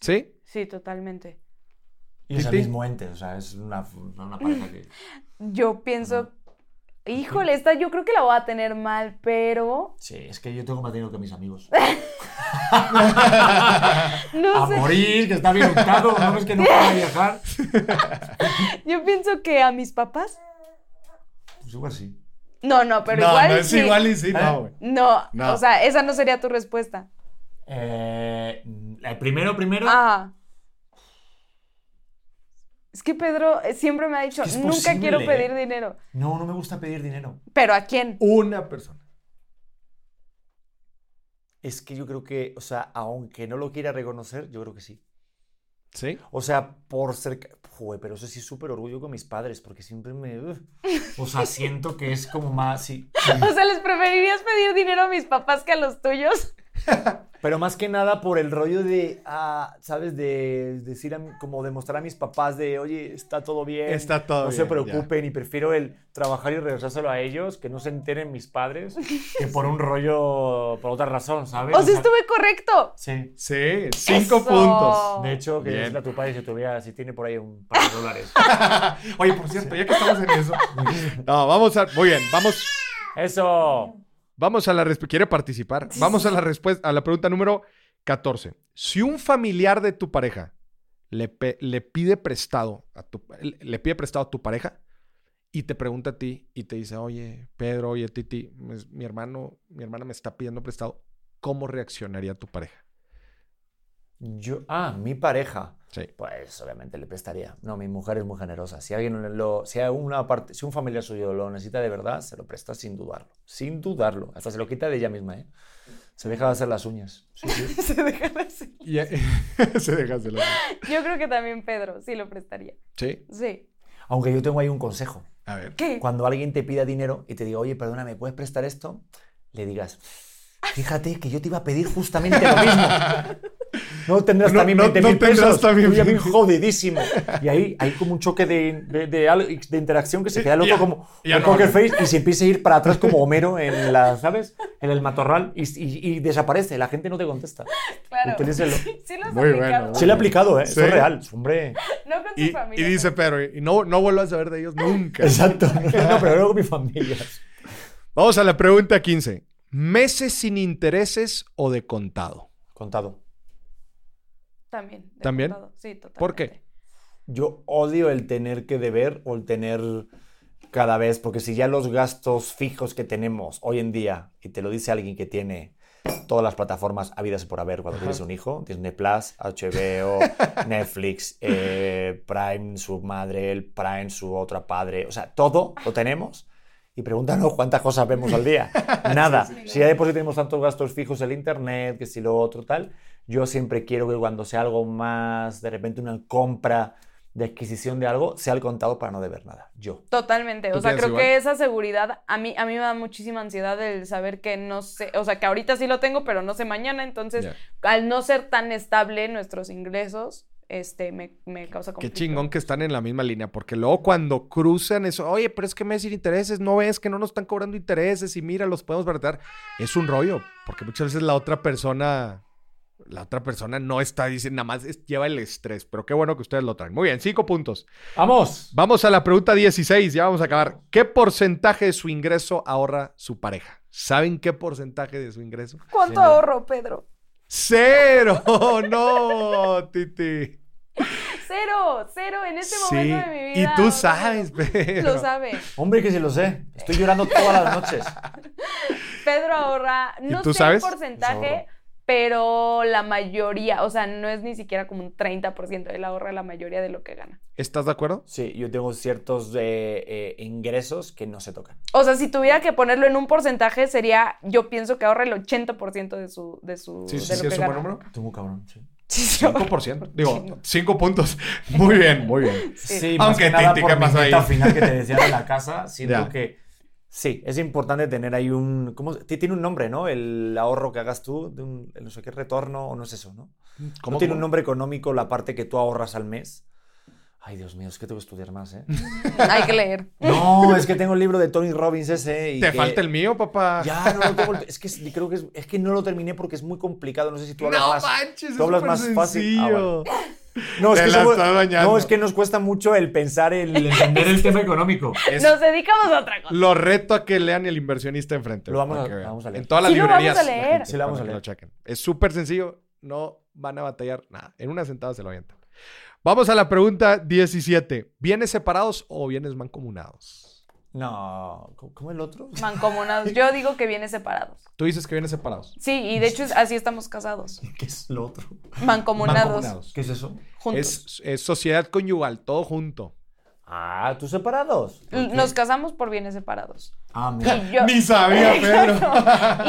Speaker 1: ¿Sí?
Speaker 2: Sí, totalmente.
Speaker 3: Y es el
Speaker 1: ¿Titi?
Speaker 3: mismo ente, o sea, es una, una pareja que.
Speaker 2: Yo pienso, híjole, esta yo creo que la voy a tener mal, pero
Speaker 3: Sí, es que yo tengo más dinero que mis amigos.
Speaker 2: no
Speaker 3: A
Speaker 2: sé.
Speaker 3: morir, que está bien untado, no ves que no puedo viajar.
Speaker 2: Yo pienso que a mis papás.
Speaker 3: Pues igual sí.
Speaker 2: No, no, pero
Speaker 1: no,
Speaker 2: igual
Speaker 1: no es
Speaker 2: sí.
Speaker 1: igual y sí,
Speaker 3: Ah.
Speaker 1: no, güey.
Speaker 2: No,
Speaker 1: No.
Speaker 2: o sea, esa no sería tu respuesta.
Speaker 3: Eh, el primero, primero.
Speaker 2: Ajá. Ah. Es que Pedro eh, siempre me ha dicho,
Speaker 3: Es que es
Speaker 2: nunca quiero
Speaker 3: posible,
Speaker 2: pedir
Speaker 3: ¿eh?
Speaker 2: dinero.
Speaker 3: No, no me gusta pedir dinero.
Speaker 2: ¿Pero a quién?
Speaker 1: Una persona.
Speaker 3: Es que yo creo que, o sea, aunque no lo quiera reconocer, yo creo que sí.
Speaker 1: ¿Sí?
Speaker 3: O sea, por ser... Joder, pero eso sí es súper orgullo con mis padres, porque siempre me... ugh. O sea, siento que es como más... Sí, sí.
Speaker 2: O sea, ¿les preferirías pedir dinero a mis papás que a los tuyos?
Speaker 3: Pero más que nada por el rollo de, ah, ¿sabes? De decir, a mi- como demostrar a mis papás de, oye, está todo bien.
Speaker 1: Está todo
Speaker 3: Eh, No se
Speaker 1: bien, ya.
Speaker 3: preocupen y prefiero el trabajar y regresárselo a ellos, que no se enteren mis padres, que por un rollo, por otra razón, ¿sabes?
Speaker 2: O sea, estuve correcto.
Speaker 3: Sí.
Speaker 1: Sí, cinco
Speaker 2: Eso.
Speaker 1: puntos.
Speaker 3: De hecho, que
Speaker 1: Bien.
Speaker 3: es la tu padre si tuviera, si tiene por ahí un par de dólares.
Speaker 1: Oye, por cierto, ya que estamos en eso. No, vamos a. Muy bien, vamos.
Speaker 3: ¡Eso!
Speaker 1: Vamos a la respuesta. ¿Quiere participar? Vamos a la respuesta, a la pregunta número 14. Si un familiar de tu pareja le, pe- le pide prestado a tu le- le pide prestado a tu pareja y te pregunta a ti y te dice, oye, Pedro, oye, Titi, pues, mi hermano, mi hermana me está pidiendo prestado, ¿cómo reaccionaría tu pareja?
Speaker 3: Yo, ah, mi pareja.
Speaker 1: Sí.
Speaker 3: Pues obviamente le prestaría. No, mi mujer es muy generosa. Si alguien lo, si alguna parte, si un familiar suyo lo necesita de verdad, se lo presta sin dudarlo. Sin dudarlo. Hasta se lo quita de ella misma, ¿eh? Se deja de hacer las uñas. Sí, sí.
Speaker 2: Se dejan así.
Speaker 1: Y, se dejas de la-
Speaker 2: Yo creo que también Pedro sí lo prestaría.
Speaker 1: Sí,
Speaker 2: Sí.
Speaker 3: Aunque yo tengo ahí un consejo.
Speaker 1: a ver.
Speaker 2: ¿Qué?
Speaker 3: Cuando alguien te pida dinero y te diga, oye, perdona, ¿me puedes prestar esto? Le digas, fíjate que yo te iba a pedir justamente lo mismo. No tendrás
Speaker 1: No-
Speaker 3: también
Speaker 1: no-
Speaker 3: 20
Speaker 1: no
Speaker 3: mil
Speaker 1: tendrás
Speaker 3: pesos.
Speaker 1: también
Speaker 3: Tú ya bien
Speaker 1: 20.
Speaker 3: jodidísimo. Y ahí hay como un choque de, de, de al- de interacción que se queda loco
Speaker 1: Ya,
Speaker 3: como
Speaker 1: ya
Speaker 3: un
Speaker 1: no
Speaker 3: poker
Speaker 1: hablo.
Speaker 3: face y se empieza a ir para atrás como Homero en la, ¿sabes? En el matorral y, y- y desaparece. La gente no te contesta.
Speaker 2: Claro.
Speaker 3: Utilícelo.
Speaker 2: Sí los
Speaker 1: Muy bueno,
Speaker 2: aplicamos.
Speaker 3: Sí lo he aplicado, ¿eh? Eso
Speaker 1: Sí.
Speaker 3: es real. Hombre.
Speaker 2: No con tu
Speaker 1: Y, y
Speaker 2: familia.
Speaker 1: dice Pedro, y no, no vuelvas a ver de ellos nunca.
Speaker 3: Exacto. No, pero luego mi familia.
Speaker 1: Vamos a la pregunta 15. ¿Meses sin intereses o de contado?
Speaker 3: Contado.
Speaker 2: También. de
Speaker 1: ¿También?
Speaker 2: contado. Sí, totalmente.
Speaker 1: ¿Por qué?
Speaker 3: Yo odio el tener que deber o el tener cada vez, porque si ya los gastos fijos que tenemos hoy en día, y te lo dice alguien que tiene todas las plataformas habidas y por haber cuando tienes un hijo, Disney Plus, HBO, Netflix, eh, Prime, su madre, el Prime, su otra padre, o sea, todo lo tenemos. Y pregúntanos cuántas cosas vemos al día. Nada. Si ya de por sí tenemos tantos gastos fijos, el internet, que si lo otro, tal. Yo siempre quiero que cuando sea algo más, de repente una compra de adquisición de algo, sea el contado para no deber nada. Yo.
Speaker 2: Totalmente.
Speaker 1: ¿Tú
Speaker 2: O sea,
Speaker 1: piensas
Speaker 2: creo
Speaker 1: igual?
Speaker 2: que esa seguridad, a mí, a mí me da muchísima ansiedad el saber que no sé, o sea, que ahorita sí lo tengo, pero no sé mañana. Entonces,
Speaker 1: Ya.
Speaker 2: al no ser tan estable nuestros ingresos, este, me, me causa
Speaker 1: Qué
Speaker 2: conflicto.
Speaker 1: chingón que están en la misma línea, porque luego cuando cruzan eso, oye, pero es que me sin intereses, no ves que no nos están cobrando intereses y mira, los podemos baratar. Es un rollo, porque muchas veces la otra persona, la otra persona no está diciendo, nada más es- lleva el estrés, pero qué bueno que ustedes lo traen. Muy bien, cinco puntos.
Speaker 3: ¡Vamos!
Speaker 1: Vamos a la pregunta 16, ya vamos a acabar. ¿Qué porcentaje de su ingreso ahorra su pareja? ¿Saben qué porcentaje de su ingreso?
Speaker 2: ¿Cuánto ahorro, Pedro?
Speaker 1: ¡Cero! ¡No, Titi!
Speaker 2: Cero, cero en este momento de mi vida.
Speaker 1: Y tú
Speaker 2: o sea,
Speaker 1: sabes, pero...
Speaker 2: Lo sabe.
Speaker 3: Hombre, que si lo sé. Estoy llorando todas las noches.
Speaker 2: Pedro ahorra, no
Speaker 1: tú
Speaker 2: sé
Speaker 1: sabes?
Speaker 2: el porcentaje, pero la mayoría, o sea, no es ni siquiera como un 30%, él ahorra la mayoría de lo que gana.
Speaker 1: ¿Estás de acuerdo?
Speaker 3: Sí, yo tengo ciertos eh, eh, ingresos que no se tocan.
Speaker 2: O sea, si tuviera que ponerlo en un porcentaje, sería, yo pienso que ahorra el 80% de su, de su, de lo que gana.
Speaker 3: Tú muy cabrón, sí.
Speaker 2: Sí, sí,
Speaker 1: 5%. Digo, 5 puntos. Muy bien, muy bien.
Speaker 2: Sí.
Speaker 3: Sí, más
Speaker 1: Aunque
Speaker 3: que nada
Speaker 1: Titi,
Speaker 3: por
Speaker 1: ¿qué
Speaker 3: mi
Speaker 1: pasó ahí?
Speaker 3: meta final que te decía de la casa, siento
Speaker 1: Ya.
Speaker 3: que sí, es importante tener ahí un ¿cómo? se- Tiene un nombre, ¿no? El ahorro que hagas tú, de un, el no sé qué retorno o no es eso, ¿no? ¿Cómo tiene un nombre económico la parte que tú ahorras al mes? Ay, Dios mío, es que tengo que estudiar más, ¿eh?
Speaker 2: hay que leer.
Speaker 3: No, es que tengo el libro de Tony Robbins ese y
Speaker 1: Te
Speaker 3: que-
Speaker 1: falta el mío, papá.
Speaker 3: Ya, no lo tengo. el- Es que es- creo que es, es que no lo terminé porque es muy complicado, no sé si tú hablas
Speaker 1: no
Speaker 3: más.
Speaker 1: manches,
Speaker 3: tú hablas
Speaker 1: es
Speaker 3: más
Speaker 1: súper
Speaker 3: fácil. Ah,
Speaker 1: sencillo.
Speaker 3: No, es
Speaker 1: Te
Speaker 3: que
Speaker 1: la
Speaker 3: somos-
Speaker 1: estás dañando.
Speaker 3: no, es que nos cuesta mucho el pensar el
Speaker 4: Entender el tema económico.
Speaker 1: Es-
Speaker 2: Nos dedicamos a otra cosa.
Speaker 1: Lo reto a que lean el inversionista enfrente.
Speaker 3: Lo vamos
Speaker 1: para
Speaker 3: a-
Speaker 1: que vean.
Speaker 3: vamos a leer.
Speaker 1: En todas las
Speaker 2: Sí, lo
Speaker 1: librerías.
Speaker 2: vamos a leer.
Speaker 1: gente,
Speaker 3: Sí, lo vamos
Speaker 1: para
Speaker 3: a
Speaker 1: que
Speaker 3: leer.
Speaker 1: lo chequen. Es súper sencillo. No van a batallar nada. En una sentada se lo avientan. Vamos a la pregunta 17. ¿Bienes separados o bienes mancomunados?
Speaker 3: No, ¿cómo cómo el otro?
Speaker 2: Mancomunados. Yo digo que viene separados.
Speaker 1: Tú dices que bienes separados.
Speaker 2: Sí, y de hecho es- así estamos casados.
Speaker 3: ¿Qué es lo otro?
Speaker 2: Mancomunados.
Speaker 1: Mancomunados.
Speaker 3: ¿Qué es eso?
Speaker 2: Juntos.
Speaker 1: Es, es sociedad conyugal, todo junto.
Speaker 3: Ah, ¿tú separados?
Speaker 2: Nos casamos por bienes separados.
Speaker 3: Ah, mira.
Speaker 2: Y yo,
Speaker 1: Ni sabía, Pedro.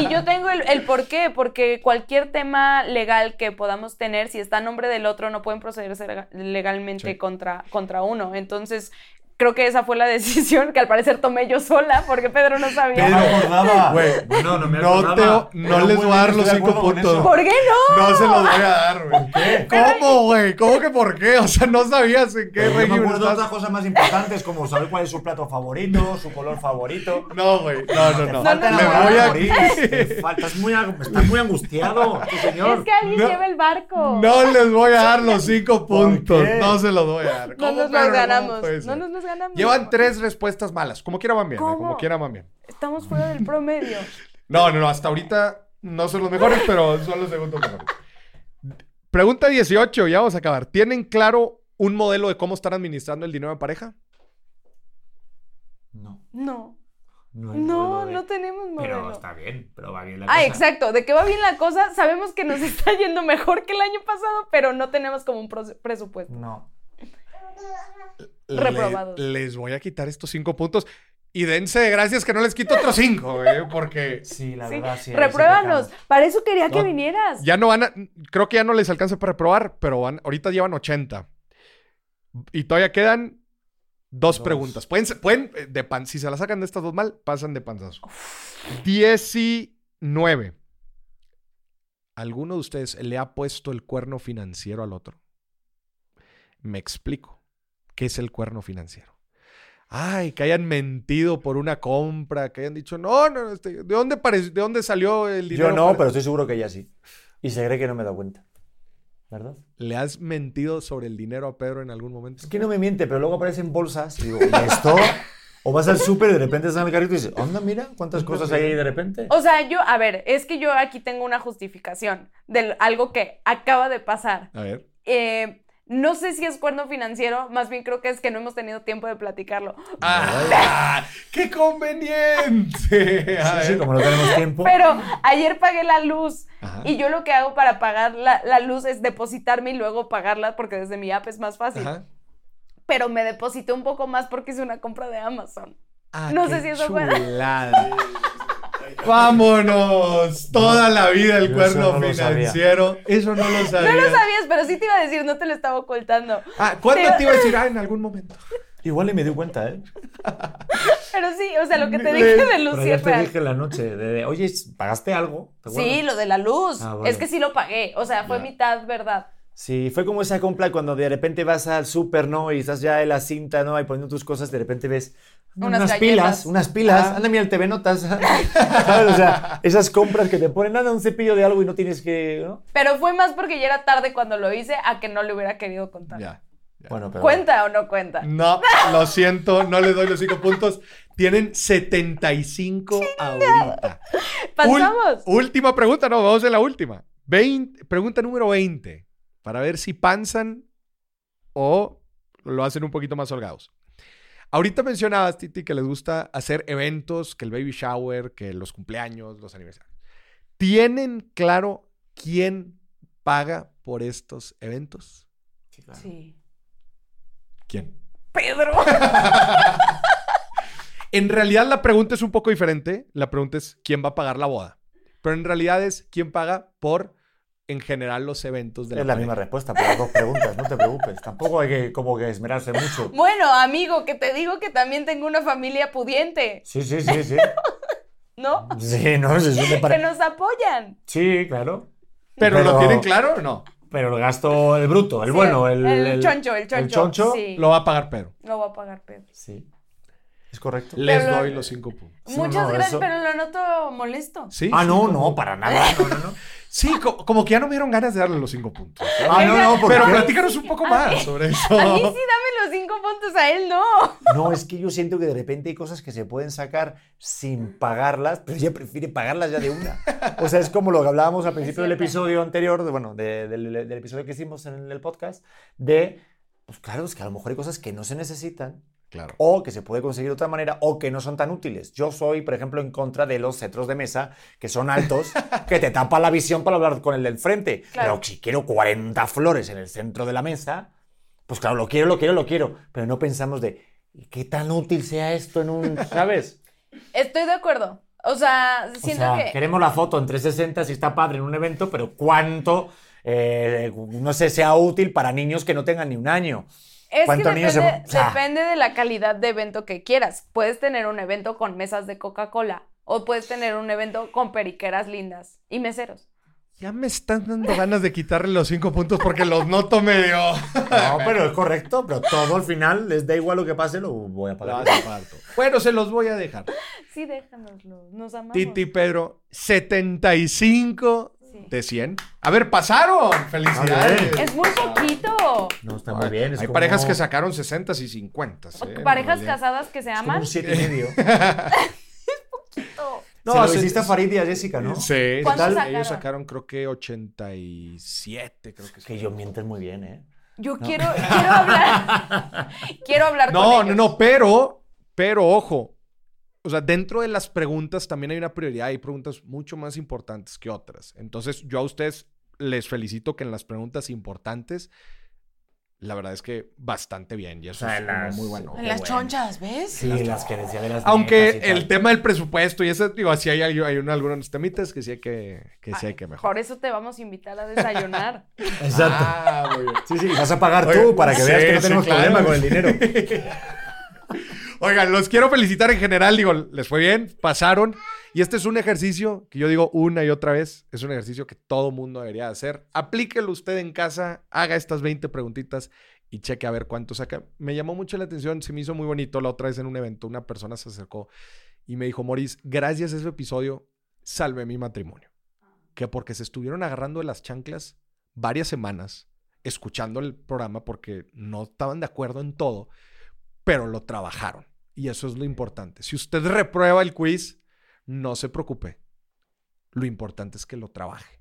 Speaker 2: y yo tengo el, el por qué, porque cualquier tema legal que podamos tener, si está a nombre del otro, no pueden procederse lega- legalmente
Speaker 1: Sí.
Speaker 2: contra, contra uno. Entonces, creo que esa fue la decisión que al parecer tomé yo sola, porque Pedro no sabía.
Speaker 3: No me acordaba.
Speaker 1: Güey,
Speaker 4: No, no me
Speaker 1: no, te,
Speaker 4: acordaba.
Speaker 1: no
Speaker 3: Pero
Speaker 1: les
Speaker 3: muy
Speaker 1: voy a dar
Speaker 3: bien,
Speaker 1: los
Speaker 3: estoy de
Speaker 1: cinco
Speaker 3: acuerdo con
Speaker 1: puntos.
Speaker 3: eso.
Speaker 2: ¿Por qué no?
Speaker 1: No se los voy a dar, güey. ¿Cómo, güey? ¿Cómo que por qué? O sea, no sabías en qué
Speaker 3: Pero yo me
Speaker 1: régimen
Speaker 3: acuerdo de otras
Speaker 1: estás.
Speaker 3: cosas más importantes, como saber cuál es su plato favorito, su color favorito.
Speaker 1: No, güey. No, no, no.
Speaker 2: No, no,
Speaker 1: Me
Speaker 2: no.
Speaker 1: voy
Speaker 3: a
Speaker 1: a
Speaker 3: morir. Te falta- Estás muy, ag- estás muy angustiado, sí,
Speaker 2: Es
Speaker 3: señor.
Speaker 2: que alguien
Speaker 1: No.
Speaker 2: lleva el barco.
Speaker 1: No les voy a dar los cinco
Speaker 3: ¿Por
Speaker 1: puntos.
Speaker 3: qué?
Speaker 1: No se los voy a dar.
Speaker 2: no
Speaker 1: ¿Cómo,
Speaker 2: nos
Speaker 1: Pedro?
Speaker 2: los
Speaker 1: ¿Cómo
Speaker 2: ganamos.
Speaker 1: puede ser?
Speaker 2: No nos los ganamos.
Speaker 1: Llevan tres respuestas malas. Como quiera van bien, ¿eh? como
Speaker 2: ¿Cómo?
Speaker 1: quiera van bien.
Speaker 2: Estamos fuera del promedio.
Speaker 1: No, no, no, hasta ahorita no son los mejores, pero son los segundos mejores. Pregunta 18, ya vamos a acabar. ¿Tienen claro un modelo de cómo están administrando el dinero en pareja?
Speaker 4: No,
Speaker 2: No.
Speaker 4: no, hay
Speaker 2: No,
Speaker 4: modelo de-
Speaker 2: no tenemos modelo.
Speaker 4: Pero está bien, pero va bien la
Speaker 2: Ah,
Speaker 4: cosa.
Speaker 2: exacto. De que va bien la cosa, sabemos que nos está yendo mejor que el año pasado, pero no tenemos como un pros- presupuesto.
Speaker 3: No.
Speaker 1: Le-
Speaker 2: Reprobados.
Speaker 1: les voy a quitar estos cinco puntos y dense de gracias que no les quito otros cinco, güey, porque
Speaker 3: Sí, la
Speaker 2: Sí.
Speaker 3: verdad, sí.
Speaker 2: Repruébanos. Para eso quería que
Speaker 1: No.
Speaker 2: vinieras.
Speaker 1: ya no van a, creo que ya no les alcanza para reprobar, pero van, ahorita llevan 80. Y todavía quedan dos,
Speaker 3: Dos.
Speaker 1: preguntas. Pueden, ser- pueden, eh, de pan, si se la sacan de estas dos mal, pasan de panzazo. 19. ¿Alguno de ustedes le ha puesto el cuerno financiero al otro? Me explico. ¿Qué es el cuerno financiero? Ay, que hayan mentido por una compra, que hayan dicho, no, no, no, este, ¿de, dónde pare- ¿de dónde salió el dinero?
Speaker 3: Yo no,
Speaker 1: para-?"
Speaker 3: pero estoy seguro que ella sí. Y se cree que no me da cuenta. ¿Verdad?
Speaker 1: ¿Le has mentido sobre el dinero a Pedro en algún momento?
Speaker 3: Es que no me miente, pero luego aparecen bolsas y digo, ¿y esto? O vas al súper y de repente estás en el carrito y dices, anda, mira, cuántas cosas hay ahí de repente.
Speaker 2: O sea, yo, a ver, es que yo aquí tengo una justificación de algo que acaba de pasar.
Speaker 1: A ver.
Speaker 2: Eh, no sé si es cuerno financiero, más bien creo que es que no hemos tenido tiempo de platicarlo.
Speaker 1: ¡Ah! ¡Qué conveniente! A
Speaker 3: Sí, sí,
Speaker 1: ver.
Speaker 3: como no tenemos tiempo.
Speaker 2: Pero ayer pagué la luz
Speaker 1: Ajá.
Speaker 2: y yo lo que hago para pagar la, la luz es depositarme y luego pagarla porque desde mi app es más fácil.
Speaker 1: Ajá.
Speaker 2: Pero me deposité un poco más porque hice una compra de Amazon.
Speaker 1: Ah,
Speaker 2: No
Speaker 1: qué
Speaker 2: sé si eso fue-
Speaker 1: chulada. Vámonos, toda la vida el
Speaker 3: Yo
Speaker 1: cuerno
Speaker 3: eso no lo sabía.
Speaker 1: financiero. Eso no lo sabía.
Speaker 2: No lo sabías, pero sí te iba a decir, no te lo estaba ocultando.
Speaker 1: Ah, ¿Cuándo
Speaker 2: Te-
Speaker 1: te iba a decir? Ah, en algún momento.
Speaker 3: Igual y me di cuenta, ¿eh?
Speaker 2: Pero sí, o sea, lo que te
Speaker 1: Le-
Speaker 2: dije de
Speaker 3: Pero ya te
Speaker 2: Lucierna.
Speaker 3: dije en la noche, de, de, oye, ¿pagaste algo? ¿Te acuerdas?
Speaker 2: Sí, lo de la luz.
Speaker 3: Ah, bueno.
Speaker 2: Es que sí lo pagué. O sea, fue
Speaker 3: Ya.
Speaker 2: mitad verdad.
Speaker 3: Sí, fue como esa compra cuando de repente vas al súper, ¿no? Y estás ya en la cinta, ¿no? Y poniendo tus cosas, de repente ves anda,
Speaker 2: Unas
Speaker 3: unas,
Speaker 2: galletas. Ah.
Speaker 3: pilas, unas pilas. Anda, mira el TV Notas. ¿Sabes? O sea, esas compras que te ponen, anda, un cepillo de algo y no tienes que, ¿no?
Speaker 2: Pero fue más porque ya era tarde cuando lo hice a que no le hubiera querido contar.
Speaker 1: Ya.
Speaker 3: Bueno, pero... Mm.
Speaker 2: ¿Cuenta o no cuenta?
Speaker 1: No, lo siento, no les doy los cinco puntos. Tienen 75 ahorita.
Speaker 2: ¿Pasamos?
Speaker 1: Ul- última pregunta, no, vamos a la última. 20 pregunta número 20, para ver si panzan o lo hacen un poquito más holgados. Ahorita mencionabas, Titi, que les gusta hacer eventos, que el baby shower, que los cumpleaños, los aniversarios. ¿Tienen claro quién paga por estos eventos?
Speaker 4: Sí, claro.
Speaker 2: Sí.
Speaker 1: ¿Quién?
Speaker 2: Pedro.
Speaker 1: En realidad la pregunta es un poco diferente. La pregunta es quién va a pagar la boda. Pero en realidad es quién paga por, en general, los eventos de la,
Speaker 3: Es la
Speaker 1: pareja.
Speaker 3: misma respuesta para las dos preguntas, no te preocupes. Tampoco hay que como que esmerarse mucho.
Speaker 2: Bueno, amigo, que te digo que también tengo una familia pudiente,
Speaker 3: Sí, sí, sí, sí.
Speaker 2: ¿no?
Speaker 3: Sí, no, sí, sí, me
Speaker 2: Que
Speaker 3: pare-
Speaker 2: nos apoyan.
Speaker 3: Sí, claro.
Speaker 1: Pero, lo
Speaker 3: Pero-
Speaker 1: tienen claro o no?
Speaker 3: Pero el gasto, el bruto, el
Speaker 2: Sí,
Speaker 3: bueno, el...
Speaker 2: el choncho, el choncho,
Speaker 3: El choncho.
Speaker 2: sí.
Speaker 1: Lo va a pagar Pedro.
Speaker 2: Lo va a pagar Pedro.
Speaker 3: Sí. ¿Es correcto?
Speaker 1: Les
Speaker 2: Pero-
Speaker 1: doy los cinco puntos.
Speaker 3: Sí,
Speaker 2: Muchas
Speaker 3: no,
Speaker 2: gracias,
Speaker 3: eso-
Speaker 2: pero lo noto molesto.
Speaker 1: Sí,
Speaker 3: Ah,
Speaker 1: sí,
Speaker 3: no,
Speaker 1: como-
Speaker 3: no, para nada. No, no, no.
Speaker 1: Sí, co- como que ya no me dieron ganas de darle los cinco puntos.
Speaker 3: Ah, no, no, porque...
Speaker 1: Pero platícanos un poco más sobre
Speaker 2: A mí sí
Speaker 1: eso.
Speaker 2: dame los cinco puntos, a él no.
Speaker 3: No, es que yo siento que de repente hay cosas que se pueden sacar sin pagarlas, pero ella prefiere pagarlas ya de una. O sea, es como lo que hablábamos al principio del
Speaker 2: cierto.
Speaker 3: episodio anterior, de- bueno, de- del, del episodio que hicimos en el podcast, de, pues claro, es que a lo mejor hay cosas que no se necesitan
Speaker 1: Claro.
Speaker 3: o que se puede conseguir de otra manera o que no son tan útiles. Yo soy, por ejemplo, en contra de los cetros de mesa que son altos, que te tapan la visión para hablar con el del frente.
Speaker 2: Claro.
Speaker 3: Pero si quiero 40 flores en el centro de la mesa, pues claro, lo quiero, lo quiero, lo quiero, pero no pensamos de ¿y qué tan útil sea esto en un, ¿sabes?
Speaker 2: Estoy de acuerdo. O sea, siento
Speaker 3: o sea,
Speaker 2: que.
Speaker 3: queremos la foto en 360 si está padre en un evento, pero cuánto eh, no sé, sea útil para niños que no tengan ni un año.
Speaker 2: Es que
Speaker 3: ¿Cuántos
Speaker 2: depende,
Speaker 3: niños se- o sea-
Speaker 2: depende de la calidad de evento que quieras. Puedes tener un evento con mesas de Coca-Cola o puedes tener un evento con periqueras lindas y meseros.
Speaker 1: Ya me están dando ganas de quitarle los cinco puntos porque los noto medio.
Speaker 3: No, pero es correcto, pero todo al final les da igual lo que pase, lo voy a pagar.
Speaker 1: bueno, se los voy a dejar.
Speaker 2: Sí, déjanoslo. Nos amamos.
Speaker 1: Titi Pedro, 75
Speaker 2: Sí.
Speaker 1: de 100. A ver, pasaron. Felicidades.
Speaker 2: Es muy poquito.
Speaker 3: No, está muy bien. es
Speaker 1: Hay
Speaker 3: como-
Speaker 1: parejas que sacaron 60 y 50. ¿eh?
Speaker 2: Parejas
Speaker 1: Vale.
Speaker 2: casadas que se
Speaker 3: es como
Speaker 2: aman.
Speaker 3: un siete y medio.
Speaker 2: No.
Speaker 3: No,
Speaker 1: Se lo
Speaker 3: se
Speaker 1: hiciste
Speaker 3: hiciste a Farid y a Jessica, ¿no?
Speaker 1: Sí,
Speaker 2: ¿Cuántos
Speaker 1: total,
Speaker 2: sacaron?
Speaker 1: ellos sacaron creo que 87, creo que sí.
Speaker 3: Que yo mienten muy bien, ¿eh?
Speaker 2: Yo quiero, quiero hablar. quiero hablar
Speaker 1: No,
Speaker 2: con
Speaker 1: no,
Speaker 2: ellos.
Speaker 1: no, pero, pero ojo. O sea, dentro de las preguntas también hay una prioridad. Hay preguntas mucho más importantes que otras. Entonces, yo a ustedes les felicito que en las preguntas importantes, la verdad es que bastante bien. Y eso
Speaker 3: O sea,
Speaker 1: es
Speaker 3: en
Speaker 1: como
Speaker 3: las-
Speaker 1: muy bueno.
Speaker 2: En las
Speaker 3: Qué bueno.
Speaker 2: chonchas, ¿ves?
Speaker 3: Sí, las que decía de las
Speaker 1: Aunque
Speaker 3: netas y tal.
Speaker 1: el tema del presupuesto y eso, digo, así hay, hay, hay un- algunos temitas que sí hay que, que, sí hay que mejorar.
Speaker 2: Por eso te vamos a invitar a desayunar.
Speaker 3: Exacto.
Speaker 1: Ah, muy bien.
Speaker 3: Sí, sí, vas a pagar
Speaker 1: Oye,
Speaker 3: tú para que veas
Speaker 1: sí,
Speaker 3: que no
Speaker 1: sí,
Speaker 3: tenemos
Speaker 1: claro.
Speaker 3: problema con el dinero.
Speaker 1: Oigan, los quiero felicitar en general. Digo, les fue bien, pasaron. Y este es un ejercicio que yo digo una y otra vez. Es un ejercicio que todo mundo debería hacer. Aplíquelo usted en casa, haga estas 20 preguntitas y cheque a ver cuánto saca. Me llamó mucho la atención, se me hizo muy bonito. La otra vez en un evento, una persona se acercó y me dijo, Moris, gracias a ese episodio, salvé mi matrimonio. Que porque se estuvieron agarrando de las chanclas varias semanas escuchando el programa porque no estaban de acuerdo en todo, pero lo trabajaron. Y eso es lo importante. Si usted reprueba el quiz, no se preocupe. Lo importante es que lo trabaje.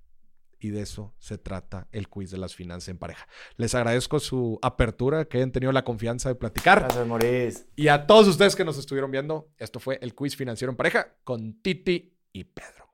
Speaker 1: Y de eso se trata el quiz de las finanzas en pareja. Les agradezco su apertura, que hayan tenido la confianza de platicar.
Speaker 3: Gracias, Moris.
Speaker 1: Y a todos ustedes que nos estuvieron viendo, esto fue el quiz financiero en pareja con Titi y Pedro.